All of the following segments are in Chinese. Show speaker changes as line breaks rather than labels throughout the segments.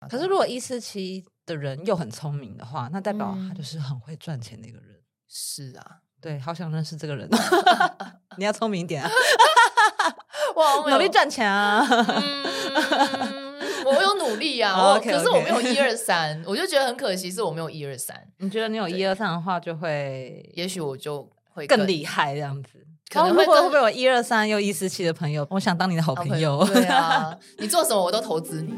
他
可
这
是
样
如果一四七的人又很聪明的话，那代表他
嗯
就是很会赚钱的一个人。
是啊，
对，好想认识这个人。 你要聪明一点啊，
哇， 我
努力
有，
赚钱啊！
嗯，我有努力啊，
哦
我可是我
OK，OK
没有一二三，我就觉得很可惜，是我没有一二三，
你觉得你有
对
一二三的话，就会
也许我就会
更厉害这样子。
可能
哦
会
如果
更
会不会有一二三又一四七的朋友，我想当你的好
好
朋友。
哦对啊，你做什么我都投 资你。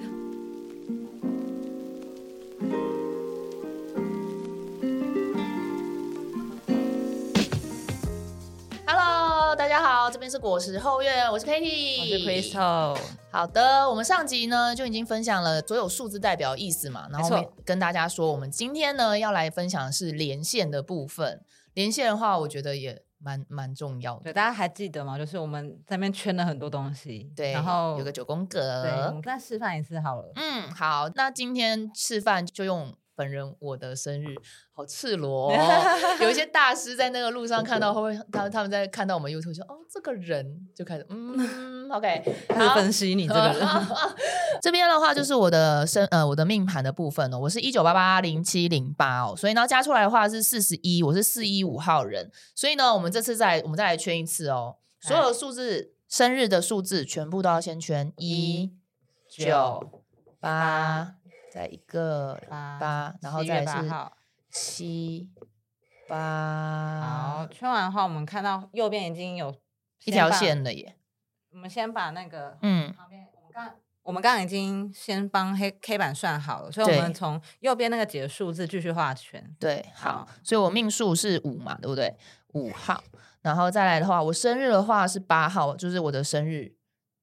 Hello，大家好，这边是果实后院，我是 Kitty，
我是 Crystal，
好的，我们上集呢就已经分享了所有数字代表意思嘛，然后
没
我
错
们跟大家说，我们今天呢要来分享的是连线的部分。连线的话，我觉得也蛮蛮重要的。
对，大家还记得吗？就是我们在那边圈了很多东西，
对，
然后
有个九宫
对，我
格
们。再示范一次好了。
嗯，好，那今天示范就用本人我的生日，好赤 裸、哦。有一些大师在那个路上看到，会不会他他们在看到我们 YouTube 说，哦，这个人就开始嗯 ，OK，
开始
好
分析你这个 人，
这边的话就是我的生呃我的命盘的部分哦，我是一九八八零七零八哦，所以呢加出来的话是四十一，我是四一五号人，所以呢我们这次再我们再来圈一次哦，所有数字生日的数字全部都要先圈一九八，再一个
八
八，然后
7月
再
八
是
号。
七
好，
八
圈完的话，我们看到右边已经有
嗯一
先
条
把
线了耶，
我们先把那个
嗯
旁边，我们刚我们刚刚已经先帮黑黑板算好了，所以
对
我们从右边那个几个数字继续画圈。
对，好
好，
所以我命数是五嘛，对不对？五号，然后再来的话，我生日的话是八号，就是我的生日。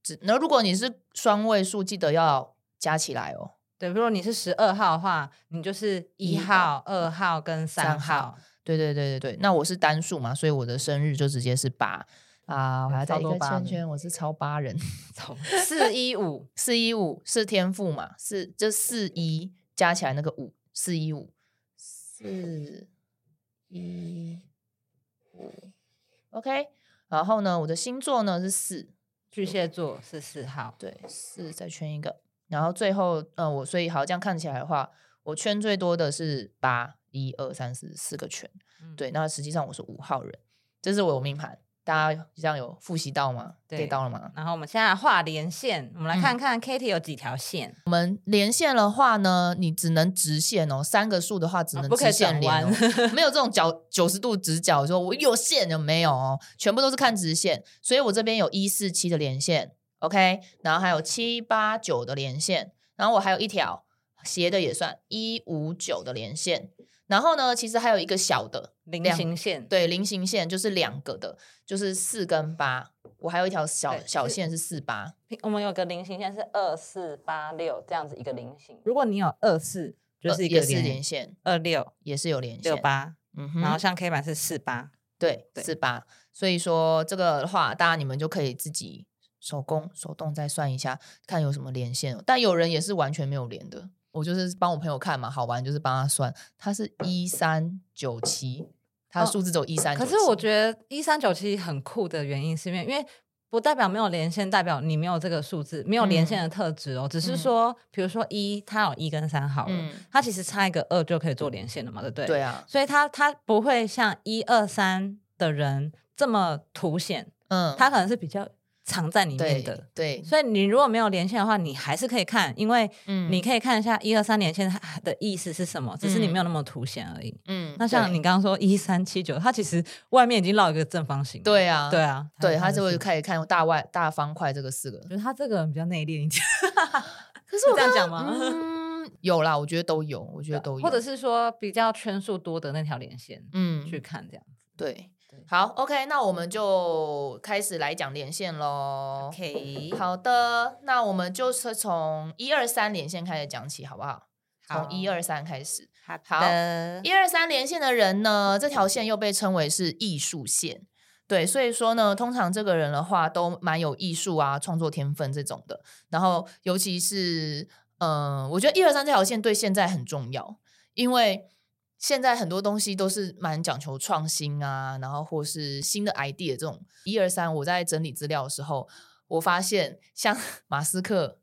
只那如果你是双位数，记得要加起来哦。
对，如果你是十二号的话，你就是一
一
号、二号跟
三
三 号，
对对对对对，那我是单数嘛，所以我的生日就直接是八啊。我还在
超
一
多
个
八
圈
的
圈，我是超八人，
四一五。
四一五是天赋嘛，是就四一加起来那个五，四一五四一五，OK。然后呢，我的星座呢是四，
巨蟹座是四号，
对，四再圈一个，然后最后，呃，我所以好，这样看起来的话，我圈最多的是八，一二三四四个圈，
嗯
对，那实际上我是五号人，这是我有命盘，大家这样有复习到吗？
对
get 到了吗？
然后我们现在来画连线，我们来看看 Kitty 有几条线，
嗯我们连线的话呢，你只能直线哦，三个数的话只
啊
能
不可
直
以转
线连、哦， 没有这种角九十度直角，说我有线有没有哦，全部都是看直线，所以我这边有一四七的连线，OK，然后还有七八九的连线，然后我还有一条斜的也算一五九的连线，然后呢，其实还有一个小的，
菱
两
形线，
对，菱形线就是两个的，就是四跟八，我还有一条小
对
小
是
线是四八，
我们有个菱形线是二四八六这样子一个菱形，如果你有二四，就是一
呃也
个
是连
连
线，
二六
也是有连线
六，八，
嗯哼
然后像 K 版是四八，
对，
对
四八。所以说这个的话，大家你们就可以自己手工手动再算一下，看有什么连线哦。但有人也是完全没有连的，我就是帮我朋友看嘛，好玩就是帮他算，他是一三九七，他的
哦
数字只有一三、
可是我觉得一三九七很酷的原因是因为，因为不代表没有连线，代表你没有这个数字，没有连线
嗯
的特质哦。只是说，比如说一，它有一跟三好了，
嗯
它其实差一个二就可以做连线了嘛，对不对？
得对。啊，
所以它它不会像一二三的人这么凸显，
嗯，
它可能是比较藏在里
对
面的。
对，
所以你如果没有连线的话，你还是可以看，因为
嗯
你可以看一下一二三连线它的意思是什么，只是你
嗯
没有那么凸显而已。
嗯
那像
对
你刚刚说一三七九，它其实外面已经绕一个正方形了。
对啊
对啊，
对，他就
我
会开始看大外大方块这个四个，
觉得他这个人比较内敛一点，
可是
是
我
这样
看
讲
到
吗？
啊嗯，有啦，我觉得都有，我觉得都 有，
或者是说比较圈数多的那条连线、
嗯
去看这样。
对
对，
好，OK，那我们就开始来讲连线喽。
OK，
好的，那我们就是从一二三连线开始讲起，好不好？从一二三开始，
好的，
一二三连线的人呢，这条线又被称为是艺术线。对，所以说呢，通常这个人的话都蛮有艺术啊、创作天分这种的。然后，尤其是，嗯、我觉得一二三这条线对现在很重要，因为现在很多东西都是蛮讲求创新啊，然后或是新的 idea 这种。一二三，我在整理资 料的时候，我发现像马斯克，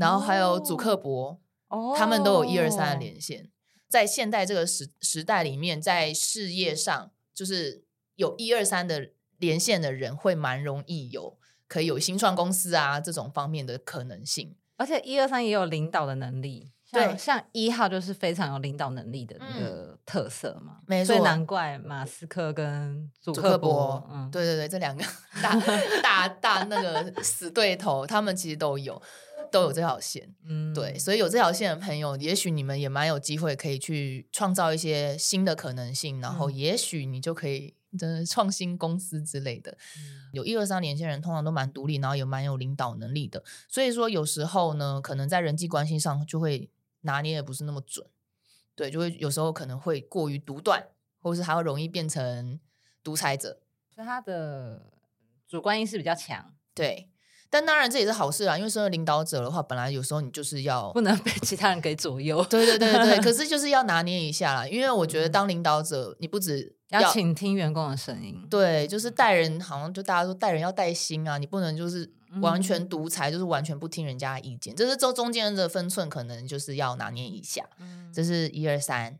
然后还有祖克伯，
哦
他们都有一二三的连线。在现代这个时时代里面，在事业上，就是有一二三的连线的人，会蛮容易有可以有新创公司啊这种方面的可能性。
而且一二三也有领导的能力，像
对嗯
像一号就是非常有领导能力的那个特色嘛，
没
所以
错
难怪马斯克跟祖
祖克
伯
伯，，
嗯，
对对对，这两个 大大大那个死对头，他们其实都有都有这条线。
嗯
对，所以有这条线的朋友，也许你们也蛮有机会可以去创造一些新的可能性，然后
嗯
也许你就可以真的创新公司之类的。
嗯
有一二三年线人通常都蛮独立，然后也蛮有领导能力的，所以说有时候呢，可能在人际关系上就会拿捏的不是那么准，对，就会有时候可能会过于独断，或是还会容易变成独裁者，
所以他的主观意识比较强，
对。但当然这也是好事啊啦，因为身为领导者的话，本来有时候你就是要
不能被其他人给左右，
嗯 对对对对，可是就是要拿捏一下啦，因为我觉得当领导者，你不止
要倾听员工的声音，
对，就是带人，好像就大家说带人要带心啊，你不能就是
嗯
完全独裁，就是完全不听人家的意见，这是中中间的分寸，可能就是要拿捏一下。
嗯，
这是一二三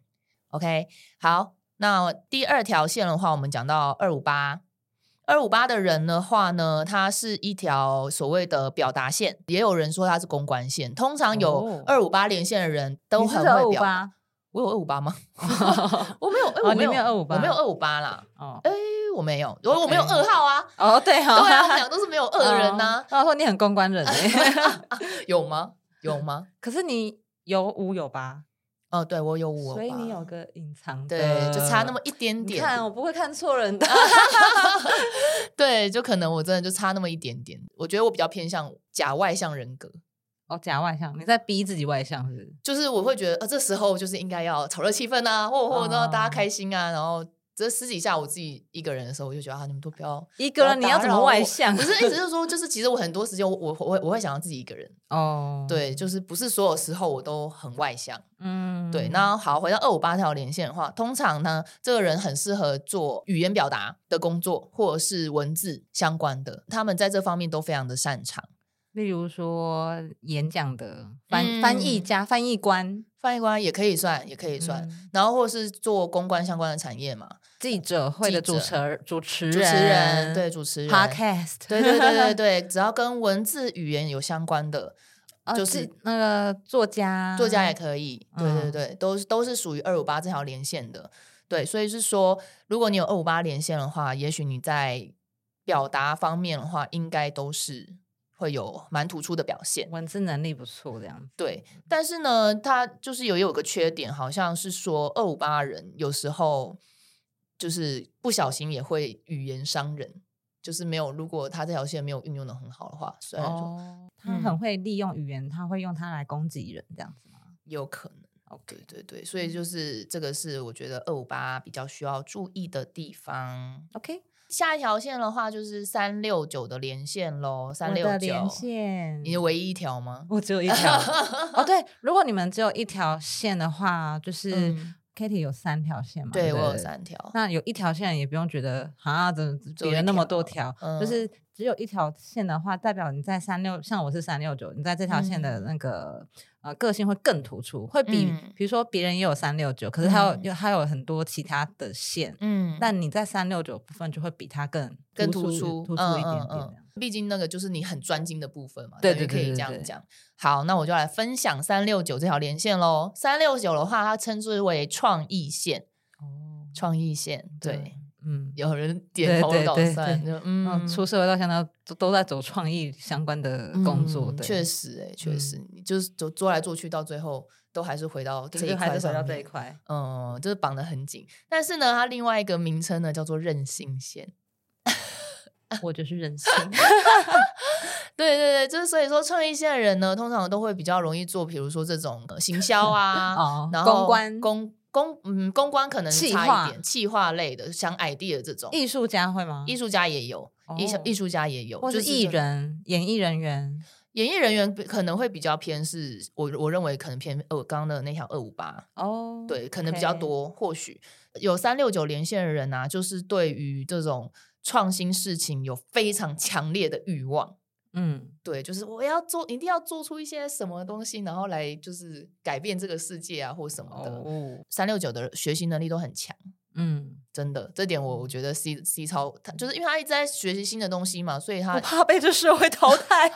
，OK，好。那第二条线的话，我们讲到二五八。二五八的人的话呢，它是一条所谓的表达线，也有人说它是公关线。通常有
哦
二五八连线的人都
你是
很
二
会
五
表达。
八
我有二五八吗？ 我没有，哎
哦
我
你没有258
我没有二五八啦，
哦
哎，我没有，我我没有
OK
二号 啊，
哦对
对
哦，
啊，我们俩都是没有二的人呐
哦，他说你很公关人欸
有吗？有吗？
可是你有五有八，
哦，对我有五，
所以你有个隐藏的，
对，就差那么一点
你
点，啊
看我不会看错人的，
对，就可能我真的就差那么一点点。我觉得我比较偏向假外向人格，
哦，假外向，你在逼自己外向是不是？
就是我会觉得，呃，这时候就是应该要炒热气氛啊，或或让大家开心啊，然后。这私底下我自己一个人的时候，我就觉得啊，你们都不要
一
不
个人你
打
要怎
扰
么
我
外向？
不是，意思就是说，就是其实我很多时间我我我会我会想要自己一个人，
哦，，
对，就是不是所有时候我都很外向。
嗯
对，那好，回到二五八条连线的话，通常呢，这个人很适合做语言表达的工作，或者是文字相关的，他们在这方面都非常的擅长。
例如说演讲的翻、
嗯
翻译家、翻译官、
翻译官也可以算，也可以算，
嗯
然后或者是做公关相关的产业嘛，
记者会的主持人、主持人、
主持人对主持人
podcast，
对对对对对，只要跟文字语言有相关的，
哦
就是
记那个作家，
作家也可以，对对
嗯
对，都是都是属于二五八这条连线的。对，所以是说，如果你有二五八连线的话，也许你在表达方面的话，应该都是会有蛮突出的表现。
文字能力不错，这样子。
对，但是呢，它就是有也有个缺点，好像是说二五八人有时候就是不小心也会语言伤人，就是没有如果他这条线没有运用的很好的话，虽然说
哦，他
嗯
很会利用语言，他会用它来攻击人，这样子吗
有可能。对
？OK，
对对，所以
嗯
就是这个是我觉得二五八比较需要注意的地方。
OK，
下一条线的话就是三六九的连线喽，三
我
六
的
九
连，线，
你的唯一一条吗？
我只有一 条。哦，对，如果你们只有一条线的话，就是
嗯
Kitty 有三条线嘛？
对
不
我有。三条，
那有一条线也不用觉得啊，怎么
有
别人
一
那么
条
多条？
嗯
就是只有一条线的话，代表你在三六，像我是三六九，你在这条线的
嗯
那个、呃个性会更突出，会比、
嗯
比如说别人也有三六九，可是他有
嗯
有他有很多其他的线，
嗯
但你在三六九部分就会比他更
更
突
突出，
突出
嗯
一点点这
嗯
样。
嗯毕竟那个就是你很专精的部分嘛，
对
等
对
于可
对
以
对
这样
对
讲。好，那我就来分享三六九这条连线喽。三六九的话，它称之为创意线，
哦，
创意线，对，，
嗯。
有人
对
点头
对
捣
对
蒜，就嗯
嗯，，出社会到现在都都在走创意相关的嗯工作，
嗯
对，
确实、欸，确实，你就是做做来做去，到最后都还是回到这
这
一
个还
块
是
上
回到
面。
这一块。
嗯，就是绑得很紧。但是呢，它另外一个名称呢叫做韧性线。啊
我就是任性，
对对对，就是所以说创意线的人呢，通常都会比较容易做，比如说这种、呃行销啊，
哦
然后
公关、
公公嗯公关可能
企
差
划
一点，企划类的，像 idea 这种，
艺术家会吗？
艺术家也有，艺术
哦
艺术家也有，
或
就是
艺
这
人、演艺人员，
演艺人员可能会比较偏是，我我认为可能偏呃刚刚的那条二五八，
哦，
对，可能比较
OK
多。或许有三六九连线的人啊，就是对于这种创新事情有非常强烈的欲望，
嗯，
对，就是我要做，一定要做出一些什么东西，然后来就是改变这个世界啊，或什么的。
哦，
三六九的学习能力都很强，
嗯，
真的，这点我我觉得 C C 超，他就是因为他一直在学习新的东西嘛，所以
我
他
怕被这社会 淘汰。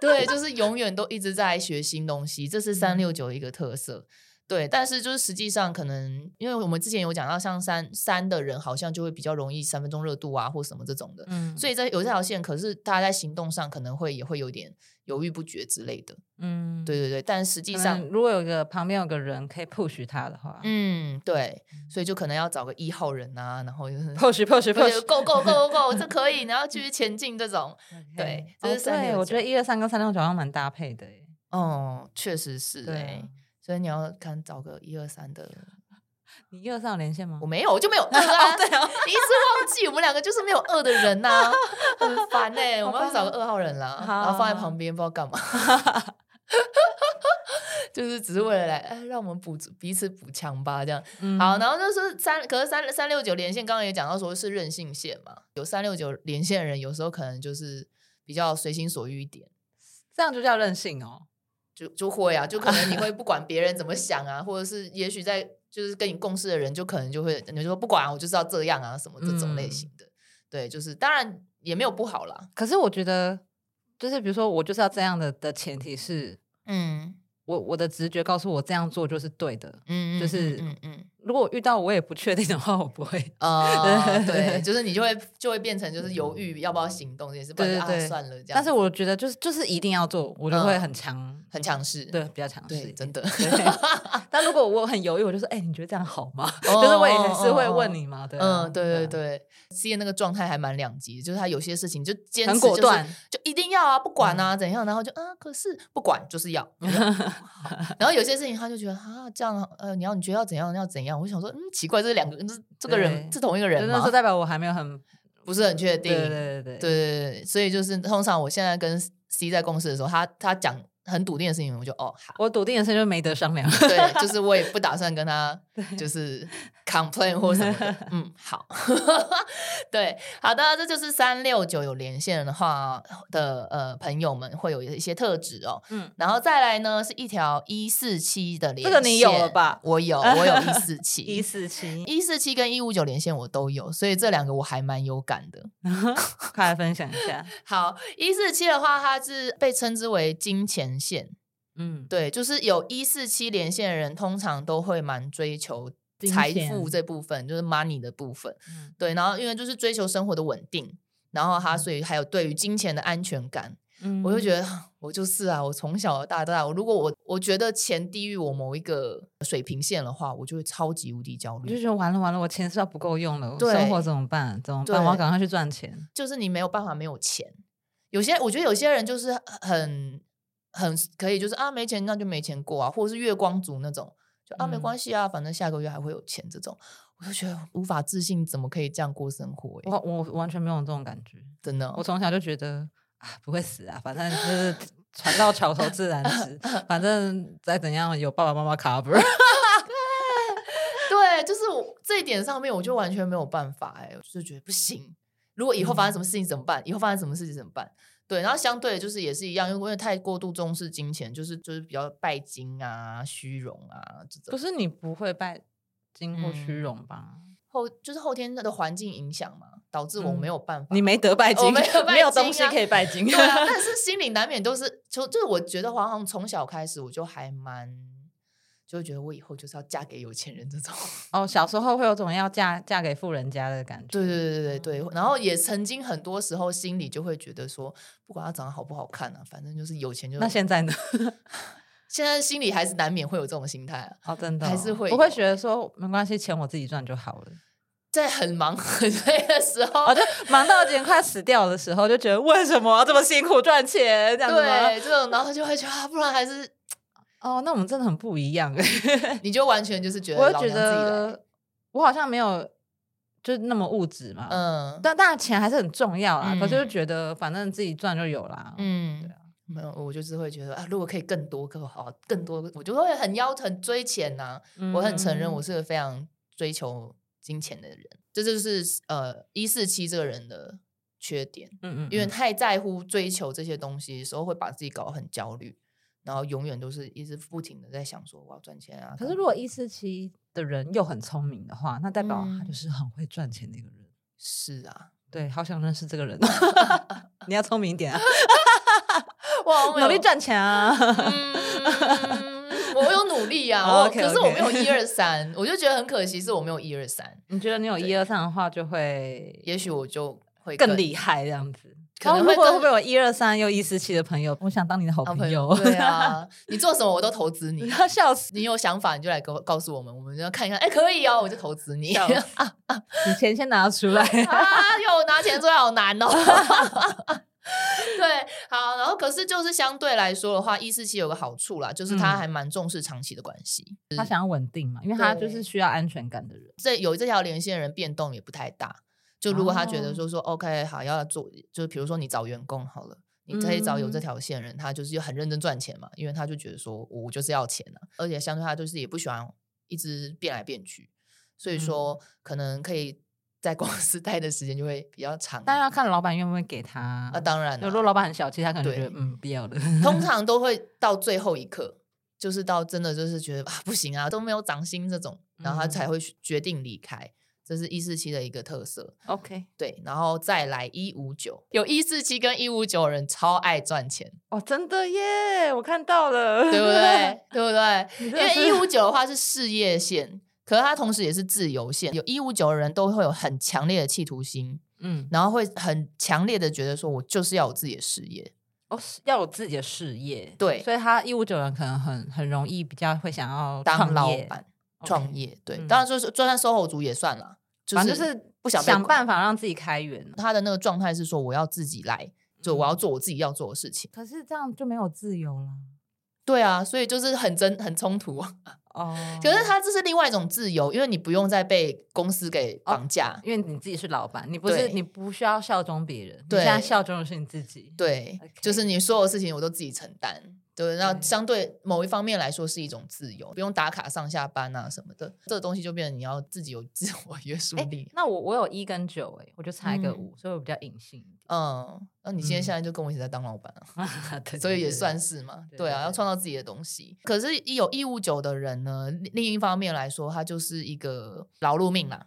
对，就是永远都一直在学新东西，这是三
嗯
六九一个特色。对，但是就是实际上可能，因为我们之前有讲到，像三三的人好像就会比较容易三分钟热度啊，或什么这种的，
嗯，
所
以，
以在有这条线，可是大家在行动上可能会也会有点犹豫不决之类的。
嗯，
对对对，但实际
可
上
能如果有个旁边有个人可以 push 他的话，
嗯，对，所以就可能要找个一号人啊，然后就是
push push
对
push，
go go go go，这可以，然后继续前进这种。对这是
哦
三六
对，
九
我觉得一二三跟三六九好像蛮搭配的耶。
哦，确实是哎、
对啊，
所以你要看找个一二三的，
你一二三有连线吗哦
我？没有，我就没有 二啊，对 啊，你一直忘记我们两个就是没有二的人呐、很烦哎、我们要去找个二号人啦，然后放在旁边不知道干嘛，就是只是为了来哎，让我们补足彼此补强吧，这样。
嗯
好，，然后就是三，可是三三六九连线，刚刚也讲到说是韧性线嘛，有三六九连线的人，有时候可能就是比较随心所欲一点，
这样就叫任性哦。
就就会啊，就可能你会不管别人怎么想啊，或者是也许在就是跟你共事的人，就可能就会你就说不管啊、我就是要这样啊，什么这种类
嗯
型的，对，就是当然也没有不好啦，
可是我觉得，就是比如说，我就是要这样的的前提是
嗯
我我的直觉告诉我这样做就是对的。
嗯
就是
嗯嗯。
如果我遇到我也不确定的话，我不会。
啊、对，
对
就是你就会就会变成就是犹豫要不要行动这件事，不然
对
就
对对
啊算了这样。
但是我觉得就是就是一定要做，我就会
嗯
很强，
很强势，
对，比较强势一
对，
点。
真的。
对 但如果我很犹豫，我就说：“哎、你觉得这样好吗？”
哦
就是我也是会
哦
问你嘛，对啊、
嗯，对对
啊，
对，C 的那个状态还蛮两极的，就是他有些事情就坚持、
很果断，，
就一定要啊，不
嗯
管啊怎样，然后就啊，可是不管就是要。 然后有些事情他就觉得啊，这样呃，你要你觉得要怎样要怎样，我想说嗯，奇怪，这两个这这个人
对
是同一个人
真的
吗
是？代表我还没有很
不是很确定。
对对对
对对对所以就是通常我现在跟 C 在共事的时候，他他讲很笃定的事情，我就哦好。
我笃定的事就是没得商量。
对，就是我也不打算 跟他就是 complain 或什么的。嗯，好， 对，好的，这就是三六九有连线的话的呃朋友们会有一些特质哦。
嗯，
然后再来呢是一条一四七的连线，
这个你有了吧
我有，我有一四
一
七。
四七，
一四七跟一五九连线我都有，所以这两个我还蛮有感的。
快来分享一下。
好，一四七的话，它是被称之为金钱线，
嗯，
对，就是有一四七连线的人，通常都会蛮追求
金
财
钱
富这部分，就是 money 的部分。
嗯
对，然后因为就是追求生活的稳定，然后他所以还有对于金钱的安全感，
嗯
我就觉得 我就是啊，我从小到大，我如果我我觉得钱低于我某一个水平线的话，我就会超级无敌焦
我就
虑，
觉得完了完了，我钱是要不够用了，我
对
生活怎么办？怎么
对
办？我要赶快去赚钱。
就是你没有办法没有钱。有些我觉得有些人就是很很可以，就是啊没钱那就没钱过啊，或者是月光族那种，就啊没
嗯
关系啊，反正下个月还会有钱这种，我就觉得无法置信，怎么可以这样过生活、欸？
我我完全没有这种感觉。
真的哦，
我从小就觉得啊，不会死啊，反正就是船到桥头自然 直，反正再怎样有爸爸妈妈 cover。
对，就是我这一点上面，我就完全没有办法哎、我就觉得不行。如果以后发
嗯
生什么事情怎么办？以后发生什么事情怎么办？对，然后相对就是也是一样，因为太过度重视金钱，就是就是比较拜金啊、虚荣啊这
不
种。
是你不会拜金或虚
嗯
荣吧？
后就是后天的环境影响嘛，导致我
嗯
没有办法。
你没得拜金，
我没有拜金
东西
啊
可以拜金。
对 啊，但是心里难免都是，就就是我觉得好像从小开始我就还蛮，就会觉得我以后就是要嫁给有钱人这种。
哦，小时候会有种要嫁嫁给富人家的感觉。
对对对对对，然后也曾经很多时候心里就会觉得说，不管他长得好不好看啊，反正就是有钱就。
那现在呢？
现在心里还是难免会有这种心态啊，
哦，真的哦、
还是会
不会
有
觉得说没关系，钱我自己赚就好了。
在很忙很累的时候，
我、哦就忙到已经快死掉的时候，就觉得为什么要这么辛苦赚钱这样子吗？
对这种，然后就会觉得啊，不然还是
哦，那我们真的很不一样。欸
你就完全就是觉
哎我
得
就
老
觉
娘自己来，
得我好像没有就那么物质嘛。
嗯
但当然钱还是很重要啦，
嗯
可是就觉得反正自己赚就有啦。
嗯，没有，我就是会觉得啊，如果可以更多更好，更多，我就会很要很追钱呐、
嗯
我很承认我是个非常追求金钱的人，这就是呃一四七这个人的缺点，
嗯嗯，
因为
嗯
太在乎追求这些东西的时候，会把自己搞得很焦虑，然后永远都是一直不停的在想说我要赚钱啊。
可
干
是
嘛
如果一四七的人又很聪明的话，那代表他
嗯
就是很会赚钱的一个人。
是 啊，
对，好想认识这个 人，你要聪明一点啊，
哇
努力。赚钱啊！
嗯，我有努力啊，
哦
我可
OK，OK
是我没有一二三，我就觉得很可惜，是我没有一二三，
你觉得你有一二三的话，就会
也许我就会
更厉害这样子。
可能
然后
会
如果
更
会不会有一二三又一四七的朋友，我想当你的好
好
朋
朋
友
友。。对啊，你做什么我都投资你
你。要笑死！
你有想法你就来告告诉我们，我们要看一看。哎、可以哦，我就投资你。
笑死你钱先拿出来。
啊，要我拿钱出来好难哦。 对，好，然后可是就是相对来说的话，一四七有个好处啦，就是他
嗯
还蛮重视长期的关系。
他想要稳定嘛，因为他就是需要安全感的人。
这有这条连线的人变动也不太大。就如果他觉
哦
得说说、OK 好要做，就比如说你找员工好了。你可以找有这
嗯
条线人，他就是很认真赚钱嘛，因为他就觉得说我就是要钱啊，而且相对他就是也不喜欢一直变来变去，所以说
嗯
可能可以在公司 待的时间就会比较长一点。
但要看老板愿不愿意给他。
啊，当然
就
啦
如果老板很小气，他可能
对
觉得嗯不 要了。
通常都会到最后一刻，就是到真的就是觉得啊不行啊，都没有涨薪这种，然后他
嗯
才会决定离开。这是一四七的一个特色，
OK，
对，然后再来一五九，有一四七跟一五九人超爱赚钱，
哦，真的耶，我看到了，
对不 对？对不对？
你
因
真的是
为一五九的话是事业线，可是它同时也是自由线，有一五九的人都会有很强烈的企图心，
嗯，
然后会很强烈的觉得说我就是要有自己的事业，
哦，是要有自己的事业，
对
所以他一五九人可能很很容易比较会想要
当
创
老
业
板。
OK
创业，对，
嗯
当然就是就算 SOHO 族也算啦，就
反正
是
就是
不想被
想
管
办法让自己开源。
他的那个状态是说我要自己来，就我要做我自己要做的事情。
可是这样就没有自由啦。
对啊，所以就是很争很冲突啊。
哦，
可是他这是另外一种自由，因为你不用再被公司给
哦
绑架。
因为你自己是老板，你不是
对
你不需要效忠别人，你
对
现在效忠的是你自己。
对
OK 嗯
就是你所有事情我都自己承担。对，那
对
相对某一方面来说是一种自由，不用打卡上下班啊什么的，这东西就变成你要自己有自我约束
诶
力。
那我我有一跟九哎、我就差一个
嗯
五、所以我比较隐性一
嗯，那你今天
嗯
现在就跟我一起在当老板啊？
点，对
所以也。
对对
算是嘛，
对
对
对
啊，要
对
创造自己的东西。可是有一五九的人呢，另另一方面来说，他就是一个劳碌命啦，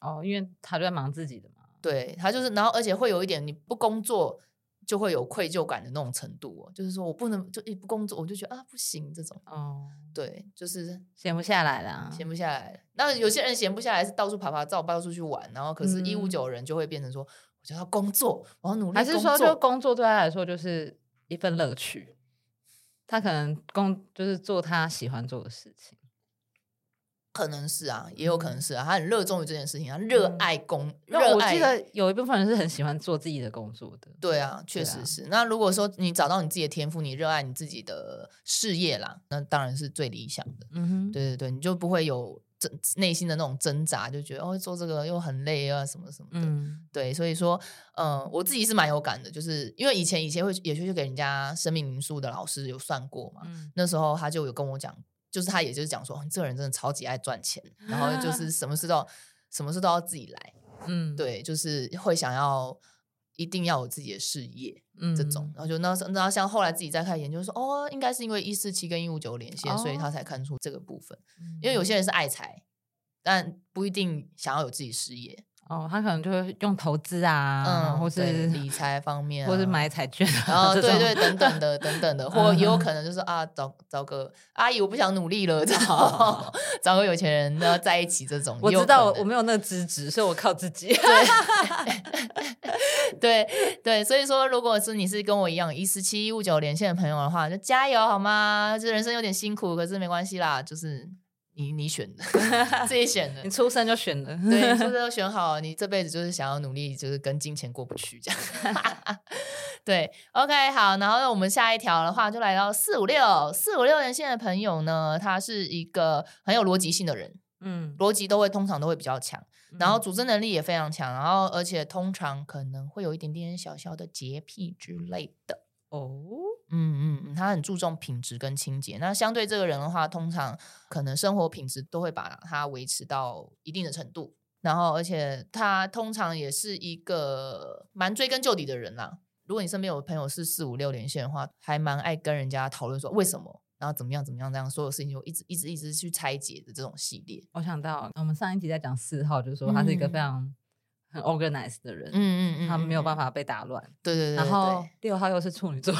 哦，因为他就在忙自己的嘛。
对他就是，然后而且会有一点你不工作就会有愧疚感的那种程度、哦，就是说我不能就一不工作我就觉得啊不行这种，
哦，
对，就是
闲不下来啦。
闲不下来。那有些人闲不下来是到处爬爬照，到处去玩，然后可是
嗯
一五九人就会变成说，我就要工作，我要努力
还
工
是
作，
说，就工作对他来说就是一份乐趣？他可能工就是做他喜欢做的事情。
可能是啊，也有可能是啊，他很热衷于这件事情，他热
嗯
爱工，
因
热
为我
爱
记得有一部分人是很喜欢做自己的工作的。
对啊，确
啊
实是。那如果说你找到你自己的天赋，你热爱你自己的事业啦，那当然是最理想的。
嗯哼，
对对对，你就不会有挣内心的那种挣扎，就觉得哦做这个又很累啊什么什么的。
嗯，
对，所以说，嗯、我自己是蛮有感的，就是因为以前以前会也去给人家生命灵数的老师有算过嘛，
嗯
那时候他就有跟我讲，就是他也就是讲说，哦你这个人真的超级爱赚 钱，然后就是什么事都要什么事都要自己来，
嗯，
对，就是会想要一定要有自己的事业，
嗯
这种，然后就那时候，然后像后来自己再看研究说，哦，应该是因为一四七跟一五九连线，所以
哦
他才看出这个部分。
嗯
因为有些人是爱财，但不一定想要有自己事业，
哦，他可能就会用投资啊，
嗯，
或
对
是
理财方面、啊，
或是买。彩券
然
啊，
后
这
对
种嗯
对，等等的等等的，或也有可能就是啊，找找个阿姨，我不想努力了， 找找个有钱人然后在一起这种，
哦我
也有
知道我
可能
我没有那个资质，所以我靠自己。
对对，所以说，如果是你是跟我一样一四七一五九连线的朋友的话，就加油好吗？这人生有点辛苦，可是没关系啦，就是你你选的， 自己选 的
你。出生就选了，
对，你出生都选好了，你这辈子就是想要努力，就是跟金钱过不去这样。 对，OK，好，然后我们下一条的话，就来到四五六四五六连线的朋友呢，他是一个很有逻辑性的人，
嗯，
逻辑都会通常都会比较强。然后
嗯
组织能力也非常强，然后而且通常可能会有一点点小小的洁癖之类的。
哦，
嗯嗯嗯，他很注重品质跟清洁。那相对这个人的话，通常可能生活品质都会把它维持到一定的程度。然后而且他通常也是一个蛮追根究底的人啦。如果你身边有朋友是四五六连线的话，还蛮爱跟人家讨论说为什么，然后怎么样怎么样，这样所有事情就一直一直一直去拆解的这种系列。
我想到我们上一集在讲四号，就是说他是一个非常很 organized 的人，
嗯嗯嗯，
他没有办
法。
法被打乱。
对对对
然后六号又是处女座，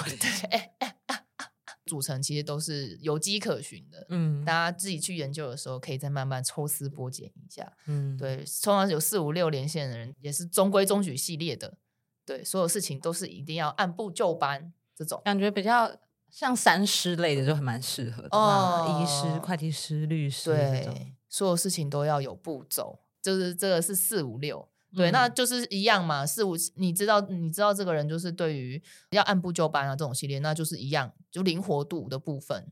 组成其实都是有迹可循的。
嗯
大家自己去研究的时候，可以再慢慢抽丝剥茧一下。
嗯，
对，通常有四五六连线的人，也是中规中矩系列的。对，所有事情都是一定要按部就班这种。
感觉比较像三师类的就很蛮适合的，
哦
医师、会计师、律师这种
对，所有事情都要有步骤，就是这个是四五六。对，
嗯
那就是一样嘛。四五，你知道，你知道这个人就是对于要按部就班啊这种系列，那就是一样，就灵活度的部分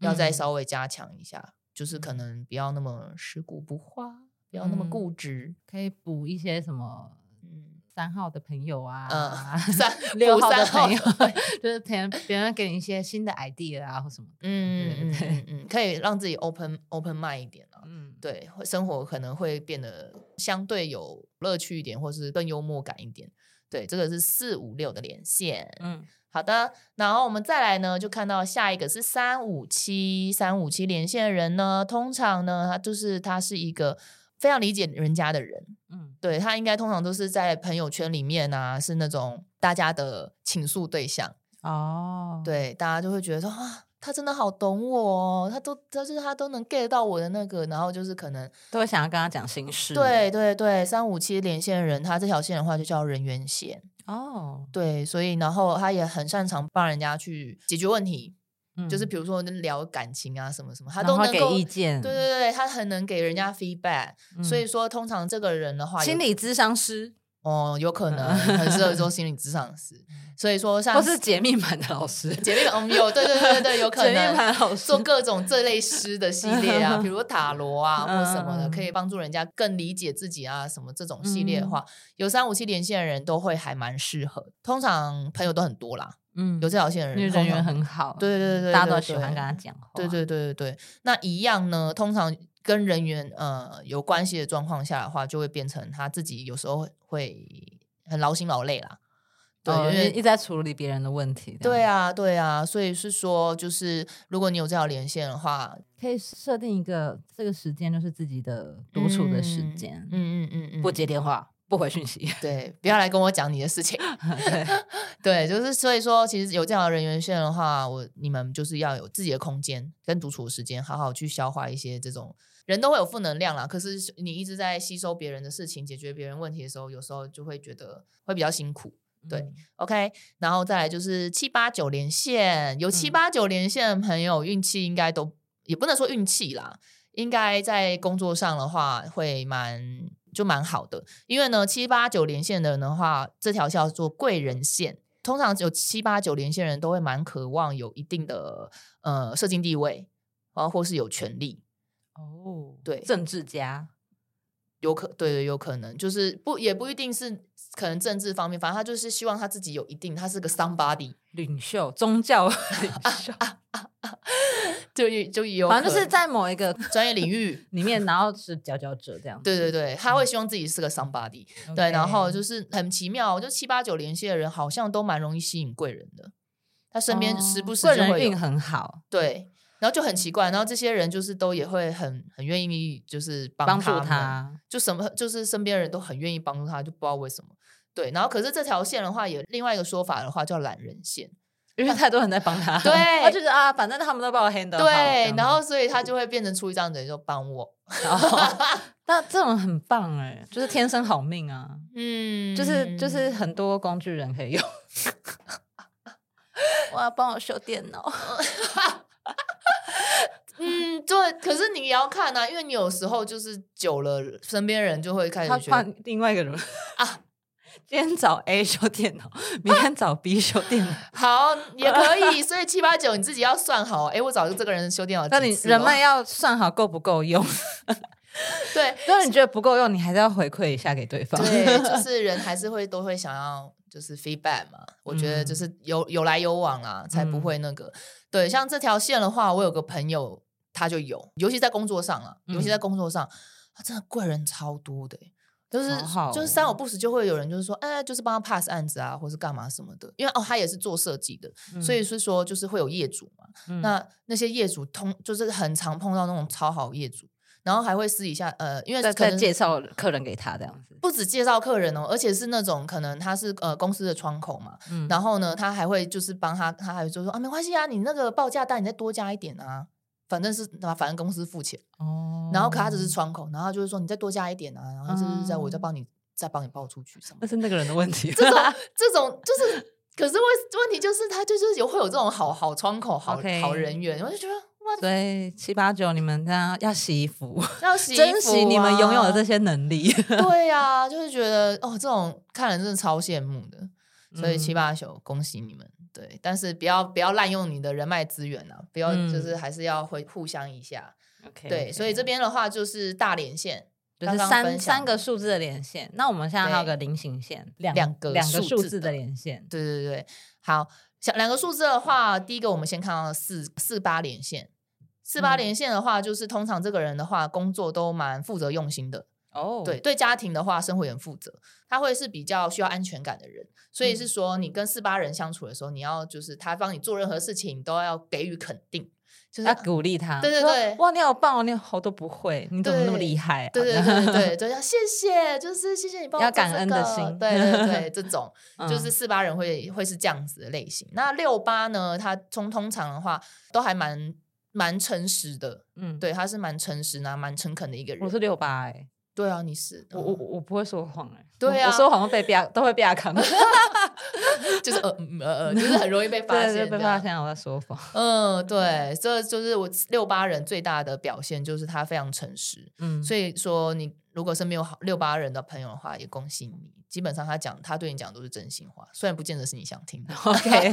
要再
嗯
稍微加强一下，就是可能不要那么食古不化，不要那么
嗯
固执。
可以补一些什么
嗯，
三号的朋友啊，
嗯三
六
补
号的
三号
朋友
的朋友，
就是别人别人给你一些新的 idea 啊或什么的，
嗯嗯
对
嗯嗯，可以让自己 open open mind 一点啊。
嗯，
对，会生活可能会变得相对有乐趣一点，或是更幽默感一点。对，这个是四五六的连线。
嗯
好的，然后我们再来呢，就看到下一个是三五七，三五七连线的人呢，通常呢，他就是他是一个非常理解人家的人，
嗯
对他应该通常都是在朋友圈里面啊，是那种大家的倾诉对象。
哦，，
对，大家就会觉得说啊，他真的好懂我哦，他都他就是他都能 get 到我的那个，然后就是可能
都会想要跟他讲心事，
对对对，三五七连线人，他这条线的话就叫人缘线，
哦，
对，所以然后他也很擅长帮人家去解决问题，
嗯
就是比如说聊感情啊什么什么，他
然
都
后
能
给
够
意。见，
对对对，他很能给人家 feedback，、
嗯
所以说通常这个人的话有，
心理咨商师
哦有可能很适合做心理咨商师，所以说像
或是解密版的老师，
姐妹们，嗯有对对对对对，有可
解密
能
版老师
做各种这类诗的系 列啊，比如塔罗啊
嗯
或什么的，
嗯
可以帮助人家更理解自己啊，什么这种系列的
嗯
话，有三五七连线的人都会还蛮适合。通常朋友都很多啦，
嗯
有这条线的
因为
人
人
通常
缘很啊好，嗯
对对对对
大家
对
都喜欢
对
跟他讲话，
对对对对对。那一样呢，通常跟人员呃有关系的状况下的话，就会变成他自己有时候会很劳心劳累啦。对，
哦，
因
一
为
一直在处理别人的问题，
对
啊，
啊，对啊，所以是说，就是如果你有这条连线的话，
可以设定一个这个时间就是自己的独处的时间，
嗯嗯嗯嗯，
不接电话，不回讯 息，
对，不要来跟我讲你的事 情。对，就是所以说，其实有这条人员线的话，我你们就是要有自己的空间跟独处的时间，好好去消化一些这种人都会有负能量啦。可是你一直在吸收别人的事情，解决别人问题的时候，有时候就会觉得会比较辛苦。对
嗯，
OK，然后再来就是七八九连线，有七
嗯
八九连线的朋友，运气应该都也不能说运气啦，应该在工作上的话会蛮就蛮好的，因为呢七八九连线的人的话，这条叫做贵人线。通常有七八九连线人都会蛮渴望有一定的呃社经地位，然后或是有权利，
哦，
对
政治家，
有可对对有可能就是不也不一定是可能政治方面，反正他就是希望他自己有一定，他是个 somebody，
领袖，宗 教领
啊
袖，
就也就也有可能，
反正就是在某一个
专业领域。
里面，然后是佼佼者这样子，
对对对，他会希望自己是个 somebody，、
对
对，然后就是很奇妙，就七八九连线的人好像都蛮容易吸引贵人的，他身边时不时
哦贵
就
人
会有、
运很好，
对，然后就很奇怪，然后这些人就是都也会很很愿意就是帮
帮助
他们，
他，
就什么就是身边人都很愿意帮助他，就不知道为什么。对，然后可是这条线的话，有另外一个说法的话叫懒人线，
因 为太多人在帮他，
对
他就是啊，反正他们都帮我 handle 好
对，然。
这
后
样子
所以他就会变成出一张嘴就帮我，
哦那这种很棒哎，就是天生好命啊。
嗯，
就是就是很多工具人可以用。 我要帮我修电脑，
嗯，对，可是你也要看啊，因为你有时候就是久了，身边人就会开始
他
觉得
换另外一个人 啊。今天找 A 修电脑，明天找 B 修电脑。
好也可以，所以七八九你自己要算好。哎，我找这个人修电脑
那
几
你
次咯，
人脉要算好够不够 用，
对
如果你觉得不够用，你还是要回馈一下给对方。
对，就是人还是会都会想要就是 feedback 嘛。我觉
嗯
得就是有有来有往啊，才不会那个。对，
嗯
像这条线的话，我有个朋友他就有，尤其在工作上啊，尤其在工作上，他真的贵人超多的欸、就是
好好
就是
哦
三有不时就会有人就是说，哎，就是帮他 pass 案子啊，或是干嘛什么的。因为哦，他也是做设计的，所以是说就是会有业主嘛。
嗯
那那些业主通就是很常碰到那种超好业主，然后还会私底下呃，因为
再
可
再
能
介绍客人给他这样子，
不止介绍客人哦，而且是那种可能他是呃公司的窗口嘛，
嗯
然后呢，他还会就是帮他，他还就说啊，没关系啊，你那个报价单你再多加一点啊，反正是反正公司付钱，
哦
然后可他只是窗口，然后他就是说你再多加一点啊，然后就是在我再
嗯
帮你再帮你报出去什么的
那，是那个人的问 题，
这种这种就是，可是问问题就是他就是有会有这种好好窗口好
OK
好人缘，我就觉得哇，
所以七八九你们大家要洗衣服，
要洗 衣
珍
服
惜你们拥有的
啊
这些能力。
对呀、就是觉得哦，这种看人真的超羡慕的。所以
嗯
七八九，恭喜你们。对，但是不要不要滥用你的人脉资源啊，不要
嗯
就是还是要会互相一下。
OK，
对，所以这边的话就是大连线，
就是
刚刚分
三
享
三个数字的连线，那我们现在还有个零行线，两
两个
两个
数
数
字
字的
的
连线，
对对对，好，想两个数字的话，第一个我们先看到四四八连线。四八
嗯
连线的话，就是通常这个人的话，工作都蛮负责用心的，
哦
对，，对家庭的话，生活也很负责，他会是比较需要安全感的人，所以是
嗯
说你跟四八人相处的时候，你要就是他帮你做任何事情，你都要给予肯定，就是啊
要鼓励他，
对对
说
对
哇，你好棒哦，你好多不会，你怎么那么
对
厉害啊？
对对对对对，就要谢谢，就是谢谢你帮我
要
做
感
这
恩的
个
心
对对 对，这种
嗯
就是四八人会会是这样子的类型。那六八呢，他通通常的话都还蛮蛮诚实的，
嗯，
对，他是蛮诚实呢，蛮诚恳的一个
我
人。
是六八哎，
对啊，你是
我我
嗯
我不会说谎哎，
对
我
啊
我说谎会被别都会 被他扛，
就是呃嗯呃呃，就是很容易被发
对对，
现，
被发。现我在说谎，
嗯，对，这就是我六八人最大的表现，就是他非常诚实。
嗯，
所以说，你如果身边有好六八人的朋友的话，也恭喜你。基本上他讲，他对你讲都是真心话，虽然不见得是你想听 的
嗯 OK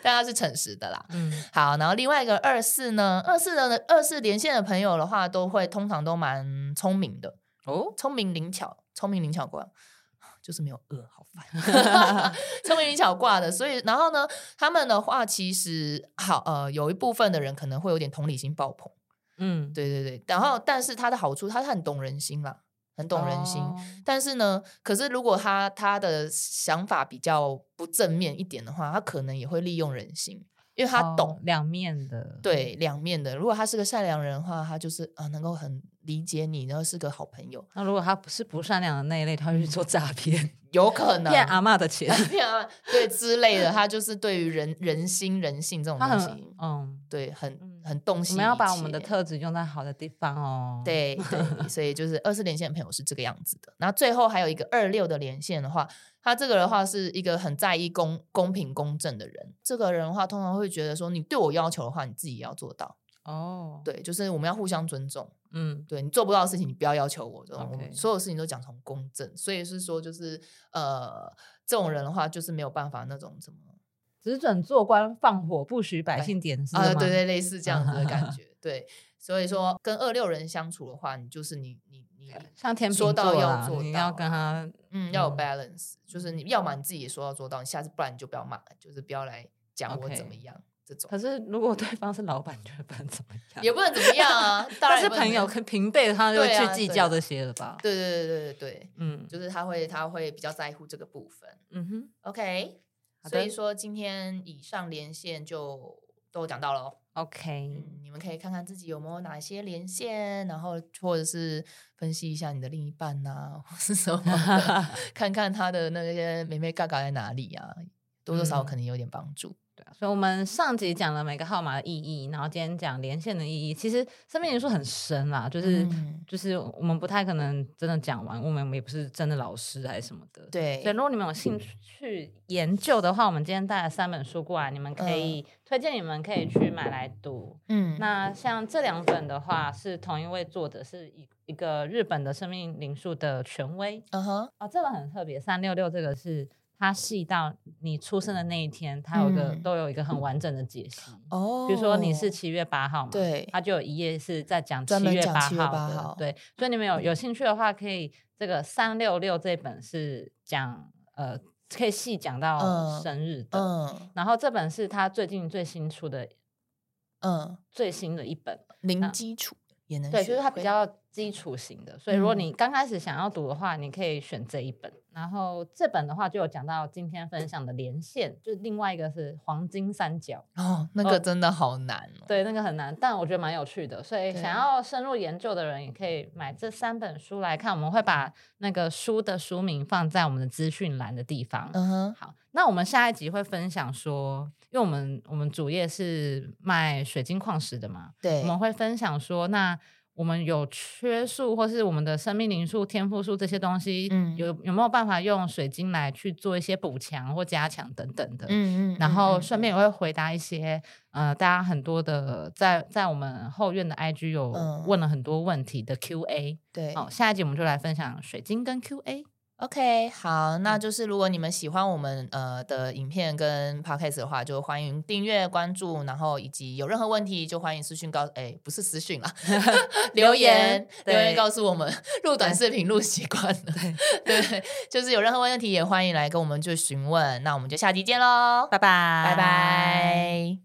但他是诚实的啦。
嗯
好，然后另外一个二四呢，二四的二四连线的朋友的话，都会通常都蛮聪明的，
哦，
聪明灵巧，聪明灵巧挂， 就是没有恶，好 烦。聪明灵巧挂的，所以然后呢，他们的话其实好呃，有一部分的人可能会有点同理心爆棚，
嗯，
对对对。然后，但是他的好处，他很懂人心啦，很懂人心。
哦
但是呢，可是如果他他的想法比较不正面一点的话，他可能也会利用人心，因为他
哦
懂。
两面的，
对两面的，如果他是个善良人的话，他就是啊、能够很理解你，然后是个好朋友，
那如果他不是不善良的那一类，他
嗯
会去做诈骗，
有可能
骗阿嬷的 钱，
骗啊，对之类的，他就是对于人人心人性这种
他
东
很
西，
嗯。
对，很
嗯
很洞悉。
我们要把我们的特质用在好的地方哦。，
对对，所以就是二四连线的朋友是这个样子的。那最后还有一个二六的连线的话，他这个的话是一个很在意公公平公正的人。这个人的话，通常会觉得说，你对我要求的话，你自己也要做到。
哦，，
对，就是我们要互相尊重。
嗯，
对你做不到的事情，你不要要求我。这种我们
OK
所有事情都讲成公正，所以是说就是呃，这种人的话，就是没有办法那种什么。
只准做官放火，不许百姓点是吗？
啊，对对，类似这样子的 感觉。对，所以说跟二六人相处的话，你就是你你你，
像天
说
秤
到
座
啊要
啦
做
你
到
要啊跟他，
嗯，要有
嗯
balance，、就是你要么你自己也说到做到，你下次不然你就不要骂，就是不要来讲我怎么
OK
样这种
可，是如果对方是老板，就不能怎么样。
也不能怎么样啊。当
但
然
是
也不能
朋友
怎么样，
跟平辈，他就会
对啊
去计
对
较
啊
这些了吧？
对对对对对，
嗯
就是他会他会比较在乎这个部分。
嗯哼，
OK，
好
所以
的
说今天以上连线就都讲到了哦。
，OK，
嗯，你们可以看看自己有没有哪些连线，然后或者是分析一下你的另一半呐、或是什么 的看看他的那些妹妹嘎嘎在哪里啊，多多少少
嗯
肯定有点帮助。
对啊，所以我们上集讲了每个号码的意义，然后今天讲连线的意义。其实生命元素很深啦，就是、
嗯
就是我们不太可能真的讲完，我们也不是真的老师还是什么的。
对
所以如果你们有
嗯
兴趣研究的话，我们今天带了三本书过来，你们可以推荐你们可以去买来读。
嗯，
那像这两本的话，是同一位作者，是一一个日本的生命灵数的权威。
嗯哼，
哦，这个很特别，三六六这个是它细到你出生的那一天，它有一个、
嗯
都有一个很完整的解析。
哦
比如说你是七月八号嘛，，
对，
它就有一页是在讲
专门
月
讲
八
7月
号
8
的
号嗯
对，所以你们有有兴趣的话，可以这个三六六这本是讲呃，可以细讲到
嗯
生日的。
嗯
然后这本是他最近最新出的
嗯，
最新的一本，
零
那
基础，也能
对，
学
就是它比
会嗯
较基础型的，所以如果你刚开始想要读的话，你可以选这一本。然后这本的话就有讲到今天分享的连线，就是另外一个是黄金三角，
哦，那个
哦
真的好难哦。
对，那个很难，但我觉得蛮有趣的，所以
对
想要深入研究的人也可以买这三本书来看。我们会把那个书的书名放在我们的资讯栏的地方。
嗯哼，
好，那我们下一集会分享说，因为我们我们主业是卖水晶矿石的嘛，
对
我，们会分享说，那我们有缺数或是我们的生命灵数、天赋数这些东西，
嗯
有有没有办法用水晶来去做一些补强或加强等等的。
嗯
然后顺
便
便也会回答一些，呃，大家很多的在在我们后院的 IG 有
嗯
问了很多问题的 Q&A。
对
好、下一集我们就来分享水晶跟 Q&A。
OK，好，那
嗯
就是如果你们喜欢我们呃的影片跟 podcast 的话，就欢迎订阅、关注，然后以及有任何问题就欢迎私讯告，哎，不是私讯 啦，留
留言
言留言
对
告诉我们， 录短视频录习惯了， 对对， 就是有任何问题也欢迎来跟我们去询问，那我们就下集见喽，
拜拜，
拜拜